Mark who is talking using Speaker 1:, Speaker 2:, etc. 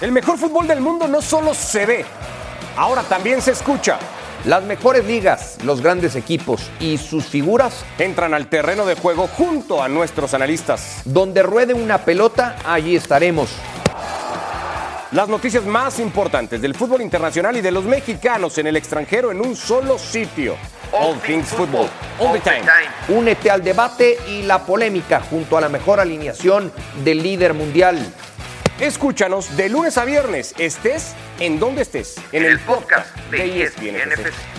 Speaker 1: El mejor fútbol del mundo no solo se ve, ahora también se escucha.
Speaker 2: Las mejores ligas, los grandes equipos y sus figuras,
Speaker 1: Entran al terreno de juego junto a nuestros analistas.
Speaker 2: donde ruede una pelota, allí estaremos.
Speaker 1: Las noticias más importantes del fútbol internacional y de los mexicanos en el extranjero en un solo sitio. All Things Football, all the time.
Speaker 2: Únete al debate y la polémica junto a la mejor alineación del líder mundial.
Speaker 1: Escúchanos de lunes a viernes, estés en donde estés, en el podcast de ESPN.